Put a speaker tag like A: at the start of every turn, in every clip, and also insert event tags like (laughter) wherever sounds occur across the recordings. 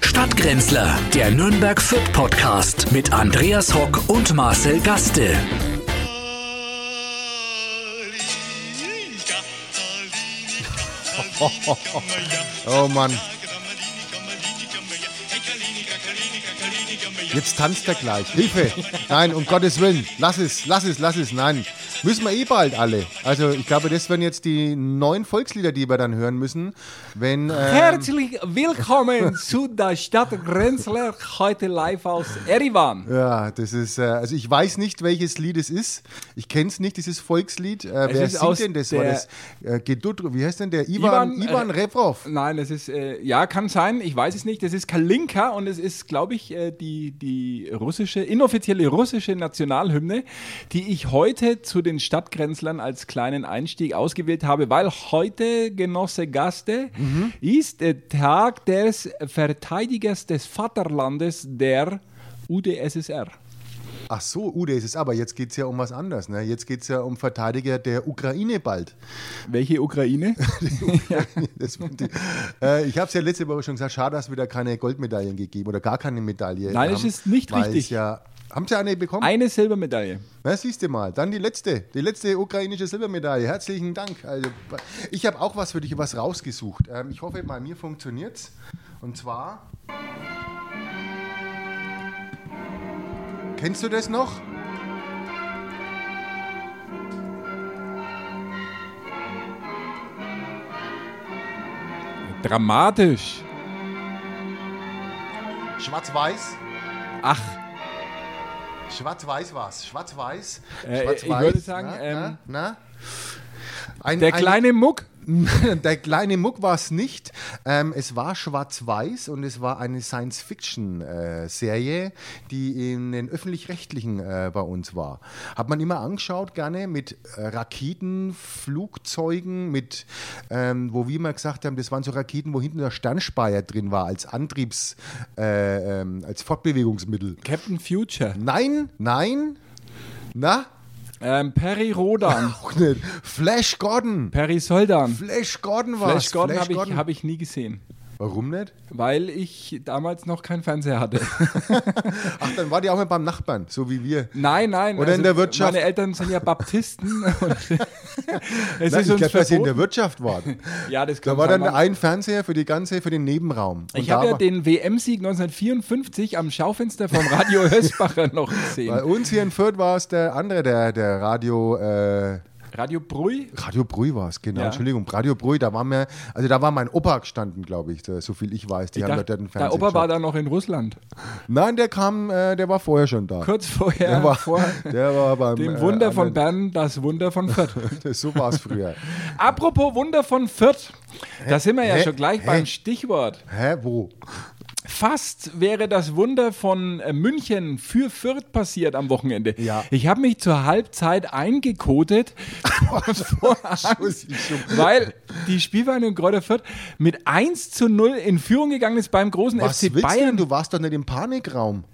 A: Stadtgrenzler, der Nürnberg Fit Podcast mit Andreas Hock und Marcel Gaste.
B: Oh Mann. Jetzt tanzt er gleich. Hilfe! Nein, um Gottes Willen. Lass es, lass es, lass es. Nein. Müssen wir eh bald alle. Also ich glaube, das wären jetzt die neuen Volkslieder, die wir dann hören müssen. Wenn, ähm,
C: Herzlich willkommen zu der Stadt Grenzler, heute live aus Erivan.
B: ja, das ist, äh, also ich weiß nicht, welches Lied es ist. Ich kenne es nicht, dieses Volkslied. Äh, wer
C: ist
B: singt
C: aus
B: denn das? War
C: der-
B: das äh, Gedudro, wie heißt denn der? Ivan, Ivan,
C: Ivan, äh,
B: Revrov.
C: Nein, das ist, äh, ja, kann sein, ich weiß es nicht. Das ist Kalinka und es ist, glaube ich, äh, die, die russische, inoffizielle russische Nationalhymne, die ich heute zu den Stadtgrenzlern als kleinen Einstieg ausgewählt habe, weil heute, Genosse Gaste, ist der Tag des Verteidigers des Vaterlandes der UdSSR.
B: Ach so, uh, das ist aber jetzt geht es ja um was anderes. Ne? Jetzt geht es ja um Verteidiger der Ukraine bald.
C: Welche Ukraine?
B: (laughs) Das, die, äh, ich habe es ja letzte Woche schon gesagt, schade, dass wir da keine Goldmedaillen gegeben oder gar keine Medaille.
C: Nein,
B: haben,
C: es ist nicht
B: weil es
C: richtig.
B: Ja, haben Sie eine bekommen?
C: Eine Silbermedaille.
B: Na, siehst du mal. Dann die letzte, die letzte ukrainische Silbermedaille. Herzlichen Dank. Also, ich habe auch was für dich, was rausgesucht. Ähm, ich hoffe, bei mir funktioniert's. Und zwar. Kennst du das noch?
C: Dramatisch.
B: Schwarz-Weiß.
C: Ach,
B: Schwarz-Weiß war's. Schwarz-Weiß.
C: Äh,
B: Schwarz-Weiß.
C: ich würde sagen,
B: na,
C: ähm,
B: na, na? Ein,
C: der
B: ein-
C: kleine Muck.
B: (laughs) der kleine Muck war es nicht. Ähm, es war schwarz-weiß und es war eine Science-Fiction-Serie, die in den öffentlich-rechtlichen äh, bei uns war. Hat man immer angeschaut, gerne mit äh, Raketen, Flugzeugen, mit, ähm, wo wir immer gesagt haben, das waren so Raketen, wo hinten der Sternspeier drin war, als Antriebs-, äh, ähm, als Fortbewegungsmittel.
C: Captain Future.
B: Nein, nein, na,
C: Ähm, Perry
B: (laughs)
C: Rodan.
B: auch nicht. Flash Gordon.
C: Perry Soldan.
B: Flash Gordon war
C: Flash Gordon habe ich, hab ich nie gesehen,
B: Warum nicht?
C: weil ich damals noch keinen Fernseher hatte.
B: (laughs) Ach, dann war die auch mal beim Nachbarn, so wie wir.
C: Nein, nein. also
B: Oder in der Wirtschaft.
C: Meine Eltern sind ja Baptisten.
B: (laughs)
C: und (laughs) es
B: Nein,
C: ist
B: ich
C: uns
B: glaube, dass sie in der
C: verboten.
B: Wirtschaft
C: (laughs)
B: waren.
C: Ja, das
B: Da
C: kann
B: war
C: sein,
B: dann
C: Mann.
B: ein Fernseher für die ganze, für den Nebenraum. Und
C: Ich
B: da
C: habe ja
B: war-
C: den WM-Sieg 1954 am Schaufenster vom
B: (laughs)
C: Radio Hösbacher noch
B: bei
C: gesehen.
B: uns hier in Fürth war es der andere, der, der Radio, äh,
C: Radio Brühl?
B: Radio Brühl war es, genau,
C: Ja.
B: Entschuldigung, Radio Brühl, da waren wir, also da war mein Opa gestanden, glaube ich, da, so viel ich weiß, die
C: Ich
B: haben
C: dachte,
B: dort den Fernseher
C: der Opa war
B: geschaut.
C: da noch in Russland.
B: Nein, der kam, äh, der war vorher schon da.
C: Kurz vorher,
B: der war,
C: vor
B: (laughs) der war beim
C: dem
B: äh,
C: Wunder von
B: anderen-
C: Bern, das Wunder von Fürth.
B: (laughs) So war es früher.
C: Apropos Wunder von Fürth, da sind wir ja
B: Hä?
C: schon gleich
B: Hä?
C: beim Stichwort.
B: Hä, wo?
C: Fast wäre das Wunder von äh, München für Fürth passiert am Wochenende.
B: Ja.
C: Ich habe mich zur
B: (laughs)
C: Halbzeit eingekotet, vor Angst, weil die Spielvereinigung Kräuter Fürth mit 1 zu 0 in Führung gegangen ist beim großen
B: Was
C: FC
B: willst du denn?
C: Bayern.
B: Du warst doch nicht im Panikraum.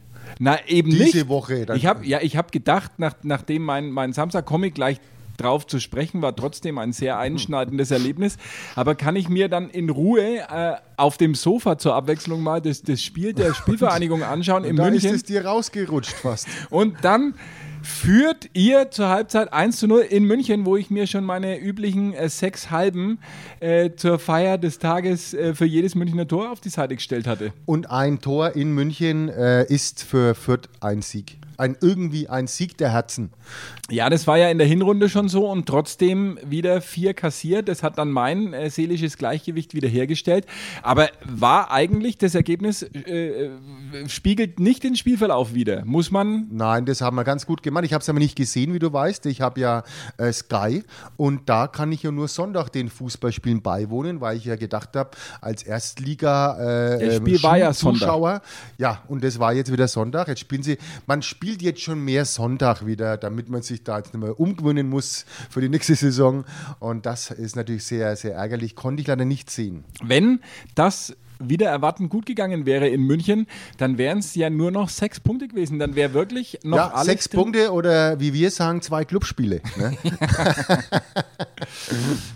C: Na, eben
B: Diese
C: nicht.
B: Woche dann-
C: Ich habe ja, ich hab gedacht, nach, nachdem mein, mein Samstag-Comic gleich drauf zu sprechen war, trotzdem ein sehr einschneidendes Erlebnis. Aber kann ich mir dann in Ruhe äh, auf dem Sofa zur Abwechslung mal das, das Spiel der Spielvereinigung anschauen in
B: Und dann ist
C: München?
B: es dir rausgerutscht fast.
C: Und dann führt ihr zur Halbzeit 1 zu 0 in München, wo ich mir schon meine üblichen äh, sechs Halben äh, zur Feier des Tages äh, für jedes Münchner Tor auf die Seite gestellt hatte.
B: (laughs) Und ein Tor in München äh, ist für Fürth ein Sieg. Ein, irgendwie ein Sieg der Herzen.
C: Ja, das war ja in der Hinrunde schon so und trotzdem wieder vier kassiert. Das hat dann mein äh, seelisches Gleichgewicht wiederhergestellt. Aber war eigentlich das Ergebnis, äh, äh, spiegelt nicht den Spielverlauf wieder. Muss man.
B: Nein, das haben wir ganz gut gemacht. Ich habe es aber nicht gesehen, wie du weißt. Ich habe ja äh, Sky und da kann ich ja nur Sonntag den Fußballspielen beiwohnen, weil ich ja gedacht habe, als Erstliga äh,
C: Das
B: ähm,
C: Spiel war ja
B: Zuschauer- Ja, und das war jetzt wieder Sonntag. Jetzt spielen sie, man spielt jetzt schon mehr Sonntag wieder, damit man sich da jetzt nicht mehr umgewöhnen muss für die nächste Saison. Und das ist natürlich sehr, sehr ärgerlich. Konnte ich leider nicht sehen.
C: Wenn das wieder erwarten gut gegangen wäre in München, dann wären es ja nur noch sechs Punkte gewesen. Dann wäre wirklich noch
B: Ja,
C: alles
B: sechs
C: drin.
B: Punkte oder wie wir sagen, zwei Clubspiele. Ne?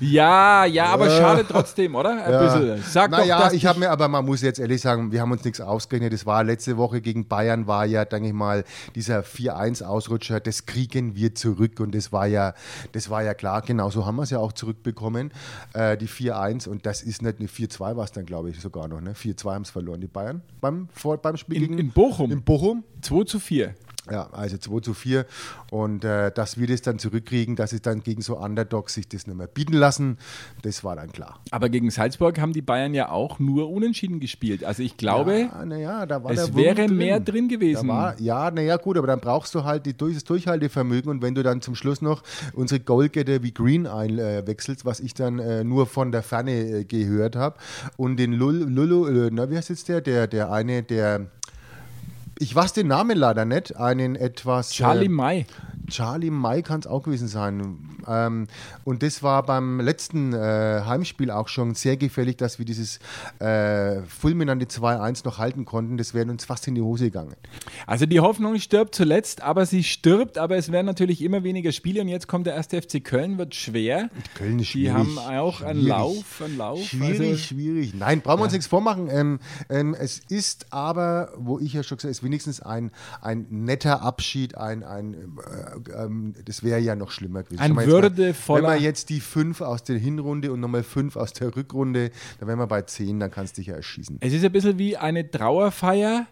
C: Ja, ja, aber
B: Äh.
C: schade trotzdem, oder? Ein bisschen. Sag doch,
B: naja,
C: dass
B: ich habe mir, aber man muss jetzt ehrlich sagen, wir haben uns nichts ausgerechnet. Es war letzte Woche gegen Bayern, war ja, denke ich mal, dieser 4-1-Ausrutscher, das kriegen wir zurück. Und das war ja, das war ja klar, genau so haben wir es ja auch zurückbekommen, äh, die 4-1. Und das ist nicht eine 4-2 war es dann, glaube ich, sogar noch. Ne? 4-2 haben es verloren, die Bayern, beim, vor, beim Spiel
C: In-
B: gegen
C: in Bochum.
B: In Bochum.
C: 2 zu 4.
B: Ja, also 2 zu 4. Und äh, dass wir das dann zurückkriegen, dass es dann gegen so Underdogs sich das nicht mehr bieten lassen, das war dann klar.
C: Aber gegen Salzburg haben die Bayern ja auch nur unentschieden gespielt. Also ich glaube,
B: Ja, naja, da war
C: es
B: der Wurm
C: wäre mehr drin gewesen.
B: Da war, ja, naja, gut, aber dann brauchst du halt die, durch- das Durchhaltevermögen und wenn du dann zum Schluss noch unsere Goalgetter wie Green einwechselst, was ich dann äh, nur von der Ferne äh, gehört habe, und den Lul- Lulu, äh, na, wie heißt jetzt der? Der, der eine, der. Ich weiß den Namen leider nicht, einen etwas. äh,
C: Charlie May.
B: Charlie Mai kann es auch gewesen sein. Ähm, und das war beim letzten äh, Heimspiel auch schon sehr gefährlich, dass wir dieses äh, fulminante 2-1 noch halten konnten. Das wäre uns fast in die Hose gegangen.
C: Also die Hoffnung stirbt zuletzt, aber sie stirbt. Aber es werden natürlich immer weniger Spiele und jetzt kommt der erste FC Köln, wird schwer.
B: Köln ist
C: Die
B: schwierig.
C: haben auch einen
B: Schwierig.
C: Lauf, einen Lauf.
B: Schwierig,
C: Also-
B: schwierig. Nein, brauchen wir uns nichts vormachen. Ähm, ähm, es ist aber, wo ich ja schon gesagt habe, ist wenigstens ein, ein netter Abschied, ein, ein äh, ähm, das wäre ja noch schlimmer gewesen.
C: Ein
B: Wenn man jetzt mal-
C: würdevoller-
B: Wenn man jetzt die fünf aus der Hinrunde und nochmal fünf aus der Rückrunde, dann wären wir bei zehn, dann kannst du dich ja erschießen.
C: Es ist ein bisschen wie eine Trauerfeier,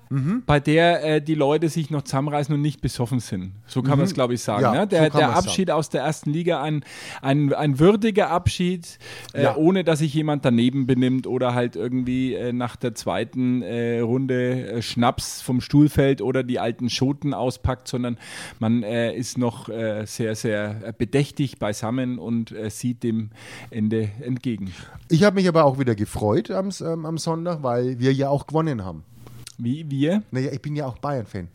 C: bei der äh, die Leute sich noch zusammenreißen und nicht besoffen sind. So kann man es, glaube ich, sagen.
B: Mhm. Ja,
C: ne? Der,
B: so kann
C: der
B: man's sagen.
C: Abschied aus der ersten Liga, ein, ein, ein würdiger Abschied, äh,
B: Ja.
C: ohne dass sich jemand daneben benimmt oder halt irgendwie äh, nach der zweiten äh, Runde äh, Schnaps vom Stuhl fällt oder die alten Schoten auspackt, sondern man äh, ist noch äh, sehr, sehr äh, bedächtig beisammen und äh, sieht dem Ende entgegen.
B: Ich habe mich aber auch wieder gefreut am, S- ähm, am Sonntag, weil wir ja auch gewonnen haben.
C: Wie wir?
B: Naja, ich bin ja auch Bayern-Fan.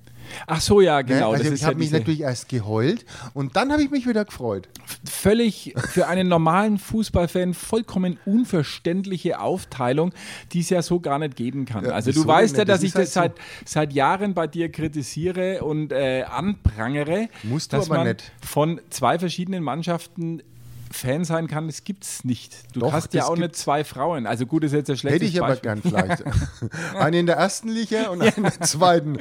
C: Ach so, ja,
B: Ne?
C: genau.
B: also ich habe mich
C: diese-
B: natürlich erst geheult und dann habe ich mich wieder gefreut.
C: völlig für einen normalen Fußballfan vollkommen unverständliche Aufteilung, die es ja so gar nicht geben kann. also du
B: wieso
C: weißt
B: denn
C: ja,
B: nicht? Das
C: dass ich
B: ist halt
C: das seit, seit Jahren bei dir kritisiere und äh, anprangere,
B: Musst du
C: dass
B: aber
C: man
B: nicht.
C: von zwei verschiedenen Mannschaften Fan sein kann, das gibt's nicht. Du
B: Doch,
C: hast ja
B: das
C: auch nicht
B: gibt's.
C: zwei Frauen. Also gut, ist jetzt ein schlechtes
B: Hätte ich aber
C: Beispiel.
B: gern vielleicht.
C: (laughs)
B: eine in der ersten Liga und eine in der zweiten.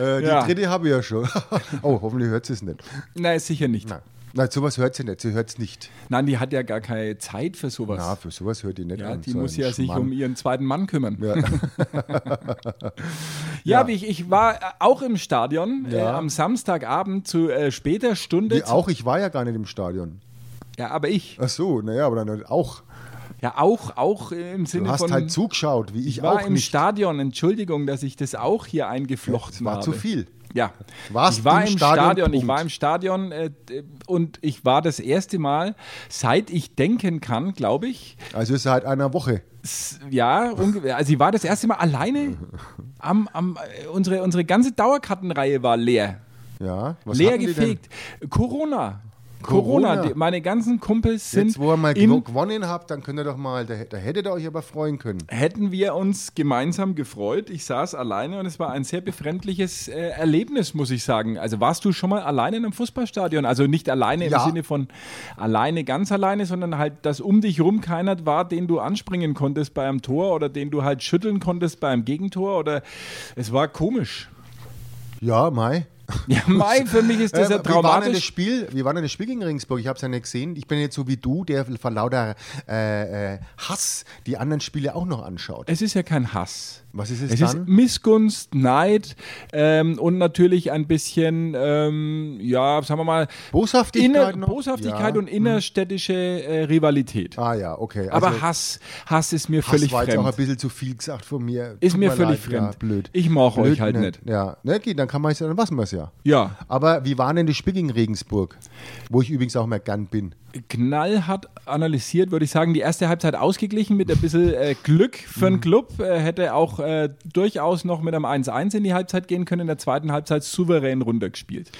B: Äh, die
C: Ja.
B: dritte habe ich ja schon. (laughs) oh, hoffentlich hört sie es nicht.
C: Nein, sicher nicht. Nein.
B: Nein. Nein, sowas hört sie nicht. Sie hört es nicht.
C: die hat ja gar keine Zeit für sowas.
B: Na, für sowas hört die nicht
C: Ja,
B: an.
C: die
B: so
C: muss
B: ein
C: ja sich
B: Schmarrn.
C: um ihren zweiten Mann kümmern.
B: Ja.
C: (laughs) Ja, aber ich, ich war äh, auch im Stadion äh,
B: Ja.
C: am Samstagabend zu äh, später Stunde.
B: Wie auch, ich war ja gar nicht im Stadion.
C: Ja, aber ich.
B: Ach so, naja, aber dann halt auch.
C: Ja, auch, auch äh, im Sinne
B: Du hast
C: von.
B: halt zugeschaut, wie ich,
C: ich
B: auch
C: war im
B: nicht.
C: Stadion, Entschuldigung, dass ich das auch hier eingeflochten
B: Es war
C: habe.
B: zu viel.
C: Ja,
B: Warst
C: ich war
B: im
C: im
B: Stadion,
C: Stadion, ich
B: Punkt.
C: war im Stadion äh, d- und ich war das erste Mal, seit ich denken kann, glaube ich,
B: Also seit einer Woche.
C: S- ja, ungefähr. Also sie war das erste Mal alleine. Am, am, äh, unsere, unsere ganze Dauerkartenreihe war leer.
B: Ja, was
C: leer
B: hatten die denn?
C: gefegt. Corona.
B: Corona.
C: Corona. Die, meine ganzen Kumpels sind
B: Jetzt, wo ihr mal
C: in,
B: gewonnen habt, dann könnt ihr doch mal, da, da hättet ihr euch aber freuen können.
C: hätten wir uns gemeinsam gefreut. Ich saß alleine und es war ein sehr befremdliches äh, Erlebnis, muss ich sagen. Also warst du schon mal alleine in einem Fußballstadion? Also nicht alleine im
B: Ja.
C: Sinne von alleine, ganz alleine, sondern halt, dass um dich rum keiner war, den du anspringen konntest bei einem Tor oder den du halt schütteln konntest bei einem Gegentor oder es war komisch.
B: Ja, Mai.
C: Ja, Mai, für mich ist das ja
B: Ähm, wie war denn das
C: traumatisch.
B: Spiel? Wie war denn das Spiel gegen Regensburg? Ich habe es ja nicht gesehen. Ich bin jetzt so wie du, der vor lauter äh, äh, Hass die anderen Spiele auch noch anschaut.
C: Es ist ja kein Hass.
B: Was ist es,
C: Es ist
B: dann?
C: Missgunst, Neid ähm, und natürlich ein bisschen, ähm, ja, sagen wir mal,
B: Boshaftigkeit
C: inner,
B: noch?
C: Boshaftigkeit
B: Ja.
C: und innerstädtische äh, Rivalität.
B: ah ja, okay.
C: Aber
B: also,
C: Hass, Hass ist mir
B: Hass
C: völlig
B: war jetzt auch ein
C: fremd.
B: bisschen zu viel gesagt von mir.
C: Ist
B: Tut
C: mir
B: mir
C: völlig
B: leid, Ja,
C: fremd.
B: blöd.
C: Ich mag
B: Blöd,
C: euch halt
B: ne?
C: nicht.
B: Ja, na okay, dann kann man es ja, dann lassen wir es ja. ja.
C: Ja.
B: Aber wie war denn das Spiel gegen Regensburg? Wo ich übrigens auch mal gern bin.
C: knallhart analysiert, würde ich sagen. Die erste Halbzeit ausgeglichen mit ein bisschen äh, Glück für
B: Mhm.
C: den Club. Äh, hätte auch äh, durchaus noch mit einem 1-1 in die Halbzeit gehen können. In der zweiten Halbzeit souverän runtergespielt,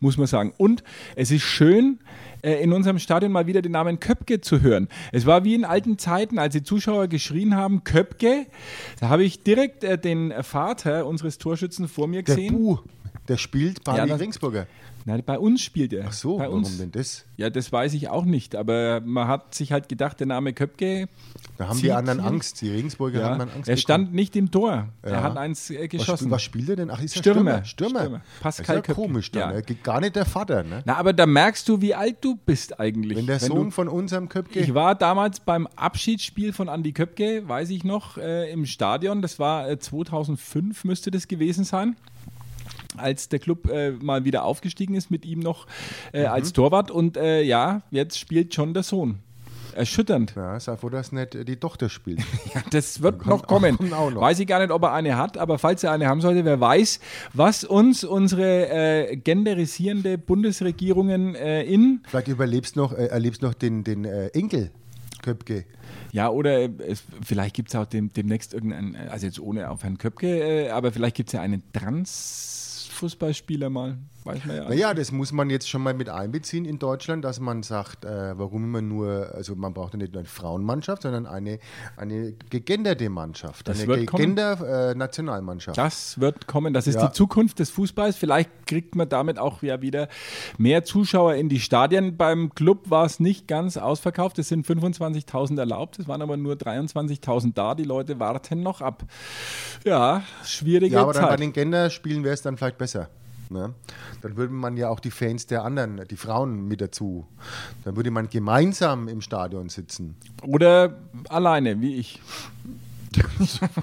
C: muss man sagen. Und es ist schön, äh, in unserem Stadion mal wieder den Namen Köpke zu hören. Es war wie in alten Zeiten, als die Zuschauer geschrien haben, Köpke. Da habe ich direkt äh, den Vater unseres Torschützen vor mir
B: Der
C: gesehen.
B: Bu, der spielt bei
C: Ja,
B: den
C: das-
B: Regensburger.
C: Nein, bei uns spielt er.
B: Ach so,
C: bei
B: warum
C: uns.
B: denn das?
C: Ja, das weiß ich auch nicht, aber man hat sich halt gedacht, der Name Köpke.
B: Da haben die
C: zieht
B: anderen
C: hier.
B: Angst. Die Regensburger
C: Ja,
B: haben dann Angst.
C: er stand
B: bekommen.
C: nicht im Tor.
B: Ja.
C: Er hat eins äh,
B: Was, spiel-
C: geschossen.
B: was spielt er denn? Ach, ist ja Stürmer.
C: Stürmer.
B: Stürmer.
C: Stürmer. Pascal
B: das ist ja
C: Köpke.
B: komisch dann.
C: Ja.
B: Ne? Geht Gar nicht der Vater. Ne?
C: Na, aber da merkst du, wie alt du bist eigentlich.
B: Wenn der Sohn
C: du,
B: von unserem Köpke.
C: ich war damals beim Abschiedsspiel von Andy Köpke, weiß ich noch, äh, im Stadion. Das war äh, 2005 müsste das gewesen sein. Als der Club äh, mal wieder aufgestiegen ist, mit ihm noch äh,
B: Mhm.
C: als Torwart. Und äh, ja, jetzt spielt schon der Sohn. Erschütternd.
B: ja, sei froh, dass nicht äh, die Tochter spielt. (laughs)
C: Das wird noch kommen.
B: kommt auch noch.
C: Weiß ich gar nicht, ob er eine hat, aber falls er eine haben sollte, wer weiß, was uns unsere äh, genderisierende Bundesregierungen äh, in
B: Vielleicht überlebst noch, äh, erlebst noch den, den äh, Enkel Köpke.
C: ja oder äh, es, vielleicht gibt es auch dem, demnächst irgendeinen, äh, also jetzt ohne auf Herrn Köpke, äh, aber vielleicht gibt es ja einen Trans-Fußballspieler mal. Weiß man ja.
B: Naja, das muss man jetzt schon mal mit einbeziehen in Deutschland, dass man sagt, äh, warum immer nur, also man braucht ja nicht nur eine Frauenmannschaft, sondern eine, eine gegenderte Mannschaft,
C: Das
B: eine äh,
C: wird kommen.
B: Gegender-Nationalmannschaft.
C: Das wird kommen. Das ist
B: Ja.
C: die Zukunft des Fußballs. Vielleicht kriegt man damit auch ja wieder mehr Zuschauer in die Stadien. Beim Club war es nicht ganz ausverkauft. Es sind 25.000 erlaubt. Es waren aber nur 23.000 da. Die Leute warten noch ab. Ja, schwierige
B: ja, aber dann bei
C: Zeit.
B: den Gender-Spielen wäre es dann vielleicht besser. Ne? Dann würde man ja auch die Fans der anderen, die Frauen mit dazu. Dann würde man gemeinsam im Stadion
C: (laughs)
B: sitzen.
C: Oder alleine, wie ich.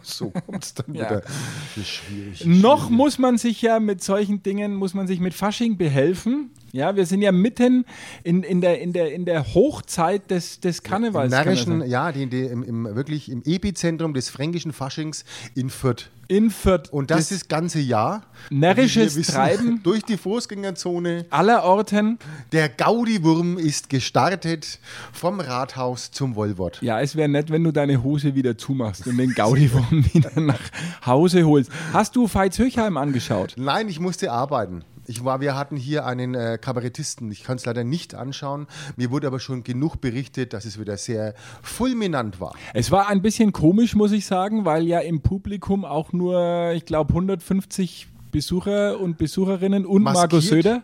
B: So kommt es dann
C: Ja.
B: wieder. Das ist schwierig.
C: Noch muss man sich ja mit solchen Dingen, muss man sich mit Fasching behelfen. Ja, wir sind ja mitten in, in, der, in, der, in der Hochzeit des, des
B: Im
C: Karnevals. kann man sagen.
B: närrischen, ja, die, die, im, im, wirklich im Epizentrum des fränkischen Faschings in Fürth.
C: in Fürth.
B: Und das, das ganze Jahr.
C: närrisches
B: Wir wissen,
C: Treiben.
B: (laughs) Durch die Fußgängerzone.
C: aller Orten.
B: Der Gaudiwurm ist gestartet vom Rathaus zum Wollwort.
C: Ja, es wäre nett, wenn du deine Hose wieder zumachst und den Gaudi vom wieder nach Hause holst. Hast du Veits Höchheim angeschaut?
B: Nein, ich musste arbeiten. Ich war, wir hatten hier einen äh, Kabarettisten. Ich kann es leider nicht anschauen. Mir wurde aber schon genug berichtet, dass es wieder sehr fulminant war.
C: Es war ein bisschen komisch, muss ich sagen, weil ja im Publikum auch nur, ich glaube, 150 Besucher und Besucherinnen und Markus
B: Maskiert?
C: Söder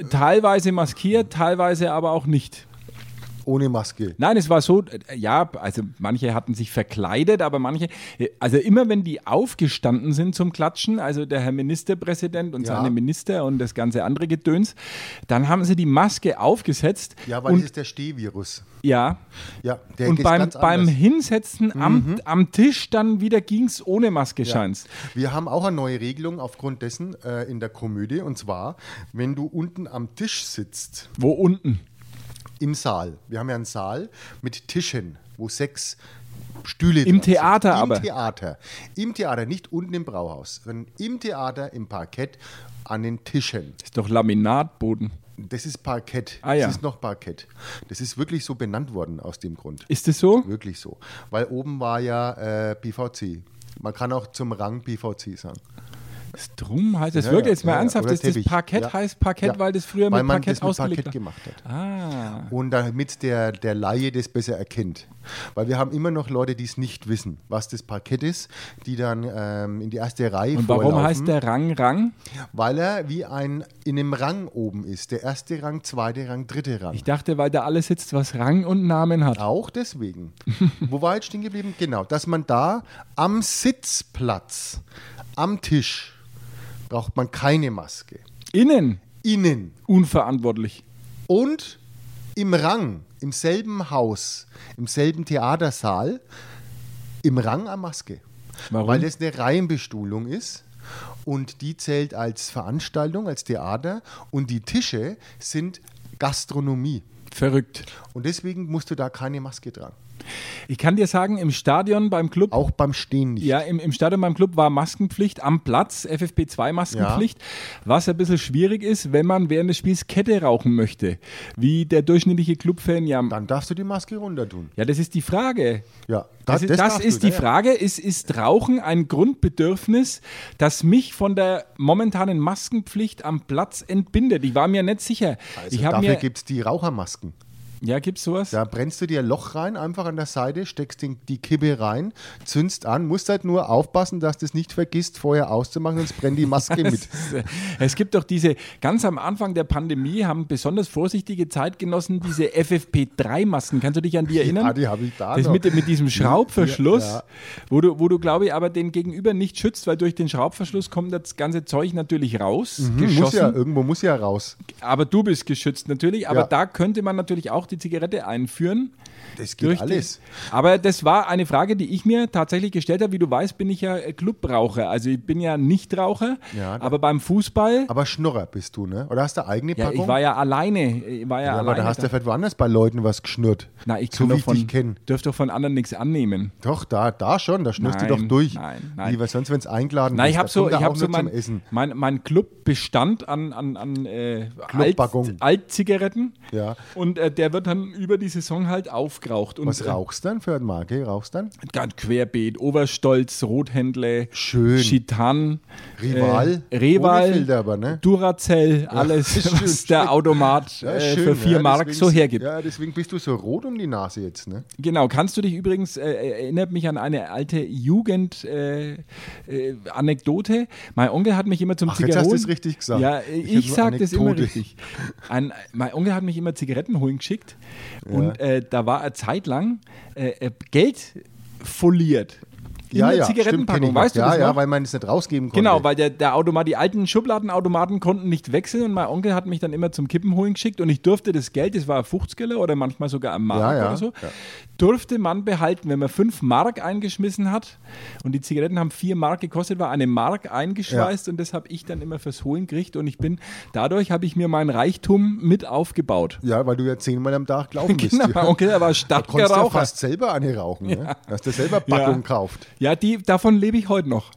C: äh, teilweise maskiert, teilweise aber auch nicht.
B: Ohne Maske.
C: Nein, es war so, äh, ja, also manche hatten sich verkleidet, aber manche, äh, also immer wenn die aufgestanden sind zum Klatschen, also der Herr Ministerpräsident und
B: Ja.
C: seine Minister und das ganze andere Gedöns, dann haben sie die Maske aufgesetzt.
B: Ja, weil
C: und,
B: es ist der Stehvirus.
C: ja,
B: Ja, der
C: und
B: ist
C: beim,
B: ganz
C: beim
B: anders. Mhm.
C: Hinsetzen am, am Tisch dann wieder ging's ohne Maske scheint's.
B: Wir haben auch eine neue Regelung aufgrund dessen äh, in der Komödie. Und zwar, wenn du unten am Tisch sitzt,
C: Wo unten?
B: im Saal. Wir haben ja einen Saal mit Tischen, wo sechs Stühle
C: Im
B: dran sind.
C: Theater
B: Im
C: aber.
B: Theater. Im Theater, nicht unten im Brauhaus, sondern im Theater, im Parkett, an den Tischen.
C: Ist doch Laminatboden.
B: Das ist Parkett.
C: Ah, ja.
B: Das ist noch Parkett. Das ist wirklich so benannt worden aus dem Grund.
C: Ist es so?
B: Wirklich so. Weil oben war ja äh, PVC. Man kann auch zum Rang PVC sagen.
C: Ist Drum heißt es
B: Ja,
C: wirklich,
B: ja,
C: jetzt mal
B: ja,
C: ernsthaft,
B: oder
C: ist das
B: Teppich.
C: Parkett
B: Ja.
C: heißt Parkett,
B: Ja.
C: weil das früher
B: Weil
C: mit
B: man das
C: Parkett
B: mit Parkett
C: ausgelegt war.
B: gemacht hat.
C: Ah.
B: Und damit der, der Laie das besser erkennt. Weil wir haben immer noch Leute, die es nicht wissen, was das Parkett ist, die dann ähm, in die erste Reihe
C: Und warum
B: vorlaufen,
C: heißt der Rang Rang?
B: Weil er wie ein in einem Rang oben ist. Der erste Rang, zweite Rang, dritte Rang.
C: Ich dachte, weil da alles sitzt, was Rang und Namen hat.
B: auch deswegen. Wo war ich stehen geblieben? Genau, dass man da am Sitzplatz, am Tisch, braucht man keine Maske.
C: Innen
B: Innen
C: unverantwortlich.
B: Und im Rang, im selben Haus, im selben Theatersaal, im Rang am Maske.
C: Warum?
B: Weil es eine Reihenbestuhlung ist und die zählt als Veranstaltung, als Theater und die Tische sind Gastronomie.
C: Verrückt.
B: Und deswegen musst du da keine Maske tragen.
C: Ich kann dir sagen, im Stadion beim Club
B: Auch beim Stehen nicht.
C: ja, im, im Stadion beim Club war Maskenpflicht am Platz, FFP2-Maskenpflicht, was ein bisschen schwierig ist, wenn man während des Spiels Kette rauchen möchte, wie der durchschnittliche Clubfan ja.
B: Dann darfst du die Maske runter tun.
C: Ja, das ist die Frage.
B: Ja,
C: Das,
B: da-
C: ist- das
B: darfst
C: ist
B: du, ne?
C: die
B: ja, ja.
C: Frage. Ist, ist Rauchen ein Grundbedürfnis, das mich von der momentanen Maskenpflicht am Platz entbindet? Ich war mir nicht sicher.
B: Also
C: ich hab
B: dafür
C: mir,
B: gibt es die Rauchermasken.
C: ja, gibt's sowas?
B: Da brennst du dir ein Loch rein, einfach an der Seite, steckst den, die Kippe rein, zündst an, musst halt nur aufpassen, dass du es nicht vergisst, vorher auszumachen, sonst brennt die
C: (laughs)
B: Maske mit. Hm,
C: Es gibt doch diese, ganz am Anfang der Pandemie haben besonders vorsichtige Zeitgenossen diese FFP3-Masken. Kannst du dich an die erinnern?
B: Ja, die habe ich da
C: Das
B: noch.
C: mit, dem- mit diesem Schraubverschluss,
B: Ja, ja.
C: Wo, du, wo du, glaube ich, aber den Gegenüber nicht schützt, weil durch den Schraubverschluss kommt das ganze Zeug natürlich raus,
B: Hm, Muss
C: geschossen.
B: ja, irgendwo muss ja raus.
C: Aber du bist geschützt natürlich. Aber
B: Ja.
C: da könnte man natürlich auch die Zigarette einführen.
B: Das
C: Durch
B: geht
C: die-
B: alles.
C: Aber das war eine Frage, die ich mir tatsächlich gestellt habe. Wie du weißt, bin ich ja äh, Clubraucher. Also ich bin ja Nichtraucher.
B: Ja, da-
C: aber beim Fußball.
B: Aber Schnorrer bist du, ne? Oder hast du eigene
C: Ja,
B: Packung?
C: ich war ja alleine. Ich war ja,
B: Ja, aber
C: alleine.
B: da hast du
C: da.
B: ja vielleicht woanders bei Leuten was geschnürt.
C: Na, ich
B: so
C: kann
B: wie
C: doch
B: ich dich
C: von,
B: kenne.
C: dürfte doch von anderen nichts annehmen.
B: Doch, da, da schon, da schnürst du
C: Nein,
B: doch durch.
C: nein, nein.
B: Wie, weil sonst, wenn es eingeladen
C: Nein, ich
B: ist,
C: habe so,
B: kommt
C: ich
B: er
C: hab
B: auch
C: so
B: nur
C: mein,
B: zum Essen.
C: mein, mein Club bestand an, an, an äh, Alt,
B: Clubpackung.
C: Altzigaretten.
B: Ja.
C: Und äh, der wird dann über die Saison halt aufgeraucht. Und,
B: Was rauchst du dann für eine Marke? Rauchst du dann?
C: Äh, ganz querbeet, Oberstolz, Rothändle,
B: Schön.
C: Chitan,
B: Rival?
C: äh, Reval,
B: Ohne Filter aber, ne?
C: Duracell,
B: (laughs)
C: alles,
B: schön,
C: was der Automat
B: Ja,
C: äh,
B: schön,
C: für vier
B: ja,
C: Mark
B: deswegen-
C: so hergibt.
B: Ja, deswegen bist du so rot um die Nase jetzt, ne?
C: Genau, kannst du dich übrigens, äh, erinnert mich an eine alte Jugend-Anekdote. Äh, Anekdote. mein Onkel hat mich immer zum
B: Ach, jetzt
C: Zigaretten.
B: hast du's richtig gesagt.
C: Ja, äh,
B: Ich hab
C: ich,
B: nur
C: sag das immer
B: Anekdote.
C: richtig. Ein, mein Onkel hat mich immer Zigaretten holen geschickt und äh, da war eine Zeit lang äh, äh, Geld foliert. In der
B: kenn
C: Zigarettenpackung,
B: ich noch.
C: weißt du
B: ja,
C: das
B: Ja,
C: noch?
B: weil man es nicht rausgeben konnte.
C: Genau, weil der, der Automat, die alten Schubladenautomaten konnten nicht wechseln und mein Onkel hat mich dann immer zum Kippen holen geschickt und ich durfte das Geld, das war ein 50er oder manchmal sogar am Mark
B: Ja, ja,
C: oder so,
B: ja.
C: durfte man behalten, wenn man 5 Mark eingeschmissen hat und die Zigaretten haben 4 Mark gekostet, war eine Mark eingeschweißt und das habe ich dann immer fürs Holen gekriegt und ich bin, dadurch habe ich mir meinen Reichtum mit aufgebaut.
B: ja, weil du ja zehnmal am
C: (laughs)
B: Tag gelaufen bist.
C: Genau, mein
B: ja.
C: Onkel, er war
B: Da
C: starker
B: konntest du ja
C: Raucher.
B: fast selber eine rauchen, ne? Dass du selber Packung kauft.
C: Ja, die, davon lebe ich heute noch.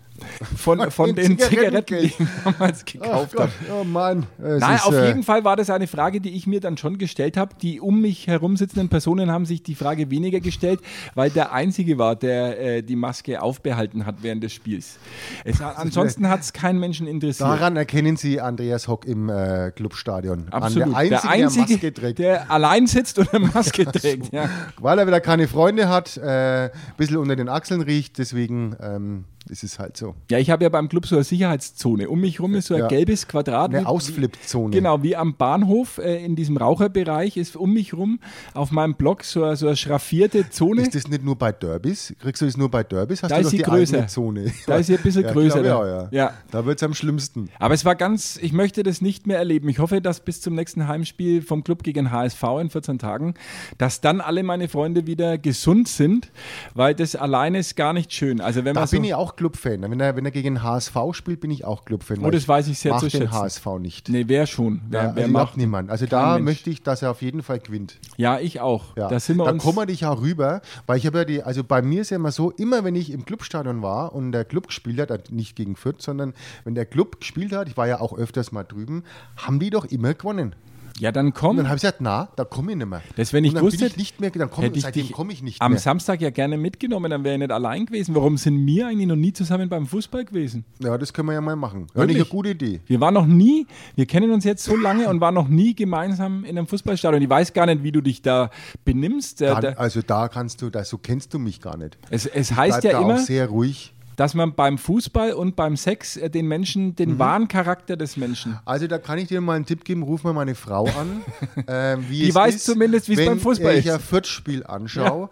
C: Von, von den
B: dem
C: Zigaretten, die
B: Zigarettengeld.
C: ich (laughs) damals gekauft
B: Ach
C: habe.
B: Gott, Oh Mann. Es
C: Nein,
B: ist,
C: auf
B: äh,
C: jeden Fall war das eine Frage, die ich mir dann schon gestellt habe. Die um mich herum sitzenden Personen haben sich die Frage weniger gestellt, weil der Einzige war, der äh, die Maske aufbehalten hat während des Spiels. Es, hat- ansonsten hat es keinen Menschen interessiert.
B: Daran erkennen Sie Andreas Hock im äh, Clubstadion.
C: Absolut.
B: An der Einzige, der, Maske trägt.
C: der allein sitzt
B: (laughs)
C: und eine Maske trägt. Ja.
B: Weil er wieder keine Freunde hat, äh, ein bisschen unter den Achseln riecht, deswegen ähm, ist es halt so.
C: ja, ich habe ja beim Club so eine Sicherheitszone. Um mich herum ist so ein
B: Ja.
C: gelbes Quadrat.
B: Eine
C: wie-
B: Ausflippzone.
C: Genau, wie am Bahnhof äh, in diesem Raucherbereich ist um mich rum auf meinem Block so, eine- so eine schraffierte Zone.
B: Ist das nicht nur bei Derbys? Kriegst du das nur bei Derbys? Hast
C: Da
B: du
C: ist
B: doch
C: sie
B: die
C: größer.
B: eigene Zone.
C: Da ist sie ein bisschen
B: (laughs) ja,
C: größer,
B: glaub ich
C: da.
B: auch, ja.
C: Ja.
B: Da wird es am schlimmsten.
C: Aber es war ganz, ich möchte das nicht mehr erleben. Ich hoffe, dass bis zum nächsten Heimspiel vom Club gegen HSV in 14 Tagen, dass dann alle meine Freunde wieder gesund sind, weil das alleine ist gar nicht schön. Also wenn
B: Da
C: man so,
B: bin ich auch Clubfan. Wenn er, wenn er gegen HSV spielt, bin ich auch Clubfan.
C: Oh,
B: weil
C: das weiß ich sehr
B: mag
C: zu
B: den
C: schätzen.
B: HSV nicht.
C: Nee, wer schon? Wer,
B: Ja,
C: wer
B: also macht
C: macht?
B: niemand. Also da
C: Mensch.
B: möchte ich, dass er auf jeden Fall gewinnt.
C: Ja, ich auch.
B: Ja.
C: Da sind wir
B: da
C: uns.
B: kommen dich auch rüber, weil ich habe ja die, also bei mir ist ja immer so, immer wenn ich im Clubstadion war und der Club gespielt hat, also nicht gegen Fürth, sondern wenn der Club gespielt hat, ich war ja auch öfters mal drüben, haben die doch immer gewonnen.
C: ja, dann
B: Und dann
C: komm.
B: habe ich gesagt, na, da komme ich nicht mehr.
C: Das, wenn ich
B: und dann
C: gewusst
B: bin ich
C: hätte,
B: nicht mehr, dann komme
C: Hätte
B: ich,
C: ich
B: seitdem
C: dich
B: komme ich nicht
C: am
B: mehr.
C: Samstag ja gerne mitgenommen, dann wäre ich nicht allein gewesen. Warum sind wir eigentlich noch nie zusammen beim Fußball gewesen?
B: Ja, das können wir ja mal machen. Ja, nicht eine
C: Wirklich?
B: gute Idee.
C: Wir waren noch nie, wir kennen uns jetzt so lange und waren noch nie gemeinsam in einem Fußballstadion. Ich weiß gar nicht, wie du dich da benimmst. Äh,
B: Dann,
C: da,
B: also da kannst du, da, so kennst du mich gar nicht.
C: es, es
B: Bleib
C: heißt
B: da
C: ja immer,
B: auch sehr ruhig.
C: dass man beim Fußball und beim Sex äh, den Menschen,
B: Mhm.
C: den wahren Charakter des Menschen.
B: Also da kann ich dir mal einen Tipp geben, ruf mal meine Frau
C: (laughs)
B: an. ähm, wie
C: Die
B: es
C: weiß
B: ist,
C: zumindest, wie es
B: wenn
C: beim Fußball
B: ich
C: ist.
B: ein Viertspiel anschaue,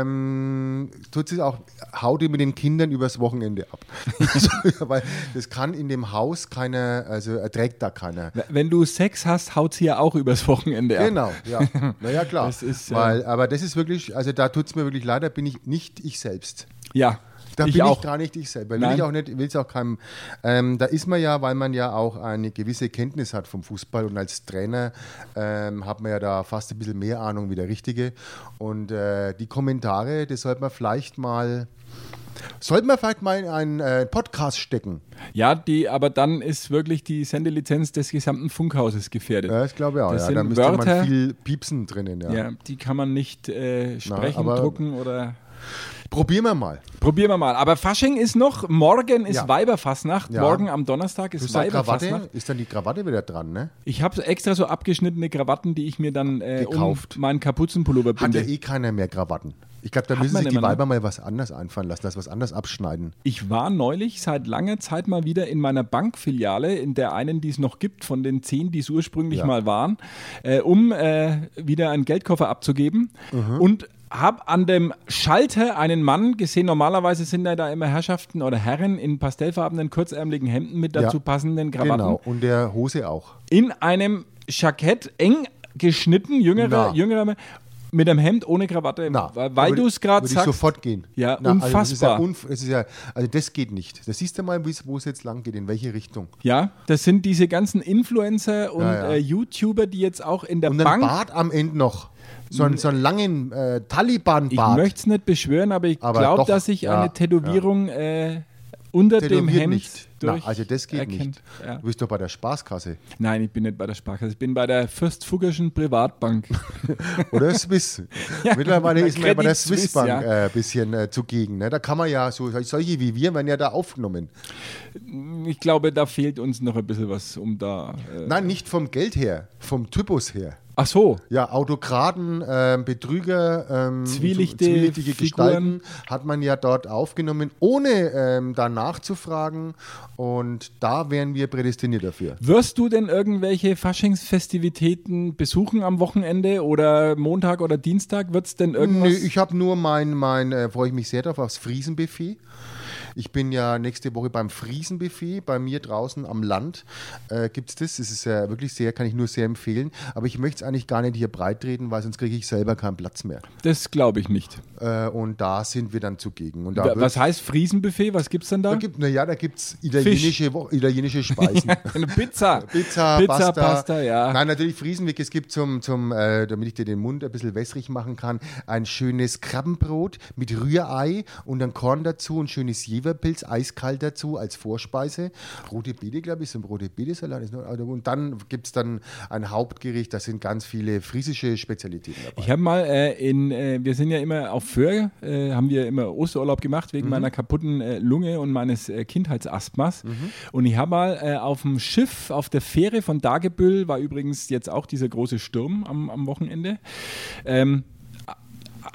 B: ähm, tut sie auch, haut ihr mit den Kindern übers Wochenende
C: (laughs)
B: ab. (laughs) also, weil das kann in dem Haus keiner, also erträgt da keiner.
C: Wenn du Sex hast, haut sie ja auch übers Wochenende ab.
B: Genau,
C: (laughs)
B: ja. Naja, klar.
C: Das ist, äh,
B: Weil, aber das ist wirklich, also da tut es mir wirklich leid, da bin ich nicht ich selbst.
C: Ja.
B: Da
C: Ich
B: bin
C: auch.
B: ich gar nicht ich selber. Will
C: Nein.
B: ich auch nicht, will es auch keinem. Ähm, da ist man ja, weil man ja auch eine gewisse Kenntnis hat vom Fußball und als Trainer ähm, hat man ja da fast ein bisschen mehr Ahnung wie der Richtige. Und äh, die Kommentare, das sollte man vielleicht mal. Sollten wir vielleicht mal in einen äh, Podcast stecken?
C: Ja, die, aber dann ist wirklich die Sendelizenz des gesamten Funkhauses gefährdet.
B: Ja, das glaube ich auch.
C: Das
B: Ja.
C: sind
B: Da müsste
C: Wörter.
B: man viel Piepsen drinnen. Ja.
C: Ja, die kann man nicht äh, sprechen,
B: aber-
C: drucken oder.
B: Probieren wir mal.
C: Probieren wir mal. Aber Fasching ist noch, morgen ist
B: Ja.
C: Weiberfassnacht.
B: Ja.
C: Morgen am Donnerstag ist
B: Ist, da
C: Weiberfassnacht.
B: Krawatte, ist dann die Krawatte wieder dran, ne?
C: Ich habe extra so abgeschnittene Krawatten, die ich mir dann äh, um
B: Gekauft.
C: meinen Kapuzenpullover
B: Hat ja
C: binde.
B: eh keiner mehr Krawatten. Ich glaube, da
C: Hat
B: müssen
C: man
B: sich die
C: immer, ne?
B: Weiber mal was anders einfallen lassen, das was anders abschneiden.
C: Ich war neulich seit langer Zeit mal wieder in meiner Bankfiliale, in der einen, die es noch gibt, von den zehn, die es ursprünglich
B: Ja.
C: mal waren, äh, um äh, wieder einen Geldkoffer abzugeben.
B: Mhm.
C: Und habe an dem Schalter einen Mann gesehen. Normalerweise sind da, da immer Herrschaften oder Herren in pastellfarbenen, kurzärmeligen Hemden mit
B: Ja.
C: dazu passenden Krawatten.
B: Genau. Und der Hose auch.
C: in einem Jackett, eng geschnitten, jüngerer,
B: Na.
C: jüngerer, Mann, mit einem Hemd ohne Krawatte,
B: Na,
C: weil weil
B: da würd-
C: du es gerade
B: würd ich
C: sagst.
B: sofort gehen.
C: Ja,
B: Also das, ist ja
C: unfassbar.
B: unf das ist ja, also das geht nicht. Das siehst du mal, wie's- wo es jetzt lang geht, in welche Richtung.
C: Ja, das sind diese ganzen Influencer und
B: Ja, ja.
C: Äh, YouTuber, die jetzt auch in der
B: Und dann
C: Bank.
B: Bart am Ende noch. So einen, so einen langen äh,
C: ich
B: Taliban-Bart.
C: möchte es nicht beschwören, aber ich
B: Aber
C: glaube,
B: doch,
C: dass ich
B: ja,
C: eine Tätowierung äh, unter dem
B: Tätowiert
C: Hemd
B: nicht. Na,
C: durch
B: also das geht
C: erkennt.
B: nicht.
C: Ja.
B: Du bist doch bei der Spaßkasse.
C: Nein, ich bin nicht bei der Sparkasse, ich bin bei der Fürstfuggerschen
B: (laughs)
C: Privatbank.
B: Oder
C: (laughs)
B: Swiss. Mittlerweile ist man ja bei der
C: Credit Suisse,
B: Swissbank
C: ja.
B: ein äh, bisschen äh, zugegen. Ne? Da kann man ja, so, solche wie wir werden ja da aufgenommen.
C: ich glaube, da fehlt uns noch ein bisschen was, um da. Äh,
B: Nein, nicht vom Geld her, vom Typus her.
C: ach so,
B: Ja, Autokraten, ähm, Betrüger, ähm,
C: Zwielichte Figuren.
B: Gestalten hat man ja dort aufgenommen, ohne ähm, danach zu fragen. Und da wären wir prädestiniert dafür.
C: Wirst du denn irgendwelche Faschingsfestivitäten besuchen am Wochenende oder Montag oder Dienstag? Wird es denn irgendwas?
B: Nö, ich habe nur mein, mein äh, freue ich mich sehr drauf, aufs Friesenbuffet. Ich bin ja nächste Woche beim Friesenbuffet, bei mir draußen am Land äh, gibt es das. Es ist ja wirklich sehr, kann ich nur sehr empfehlen. Aber ich möchte es eigentlich gar nicht hier breitreden, weil sonst kriege ich selber keinen Platz mehr.
C: das glaube ich nicht.
B: Äh, und da sind wir dann zugegen. Und da
C: Wa-
B: wird's-
C: Was heißt Friesenbuffet? Was gibt's denn da?
B: Da
C: (laughs)
B: gibt, na ja, da gibt es italienische, Wo- italienische Speisen.
C: Eine Pizza.
B: Pizza,
C: Pizza,
B: Pasta.
C: Pasta, ja.
B: Nein, natürlich Friesenweg. Es gibt zum, zum äh, damit ich dir den Mund ein bisschen wässrig machen kann, ein schönes Krabbenbrot mit Rührei und dann Korn dazu, ein schönes Jeverpilz, eiskalt dazu als Vorspeise. Rote Beete, glaube ich, so ein rote Beete-Salat. ist noch- Und dann gibt es dann ein Hauptgericht, das sind ganz viele friesische Spezialitäten dabei.
C: Ich habe mal äh, in, äh, wir sind ja immer auf Föhr, äh, haben wir immer Osterurlaub gemacht
B: Mhm.
C: wegen meiner kaputten äh, Lunge und meines äh, Kindheitsasthmas.
B: Mhm.
C: Und ich habe mal äh, auf dem Schiff, auf der Fähre von Dagebüll, war übrigens jetzt auch dieser große Sturm am, am Wochenende, ähm,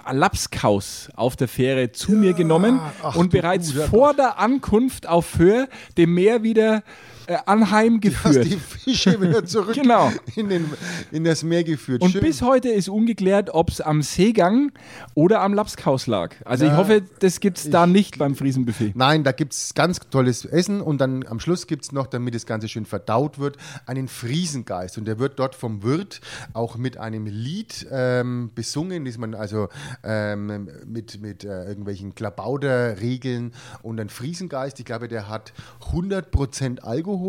C: A- Lapskaus auf der Fähre zu mir genommen
B: ach
C: und
B: du
C: bereits
B: guter
C: vor der Ankunft auf Föhr dem Meer wieder äh,
B: Du hast
C: anheimgeführt.
B: die Fische wieder zurück
C: (laughs) Genau.
B: in, den, in das Meer geführt.
C: Und
B: Schön.
C: bis heute ist ungeklärt, ob es am Seegang oder am Lapskaus lag. Also ich
B: Na,
C: hoffe, das gibt es da nicht beim Friesenbuffet.
B: Nein, da gibt es ganz tolles Essen und dann am Schluss gibt es noch, damit das Ganze schön verdaut wird, einen Friesengeist. Und der wird dort vom Wirt auch mit einem Lied ähm, besungen, das man also ähm, mit, mit äh, irgendwelchen Klabauderregeln und ein Friesengeist, ich glaube, der hat 100% Alkohol,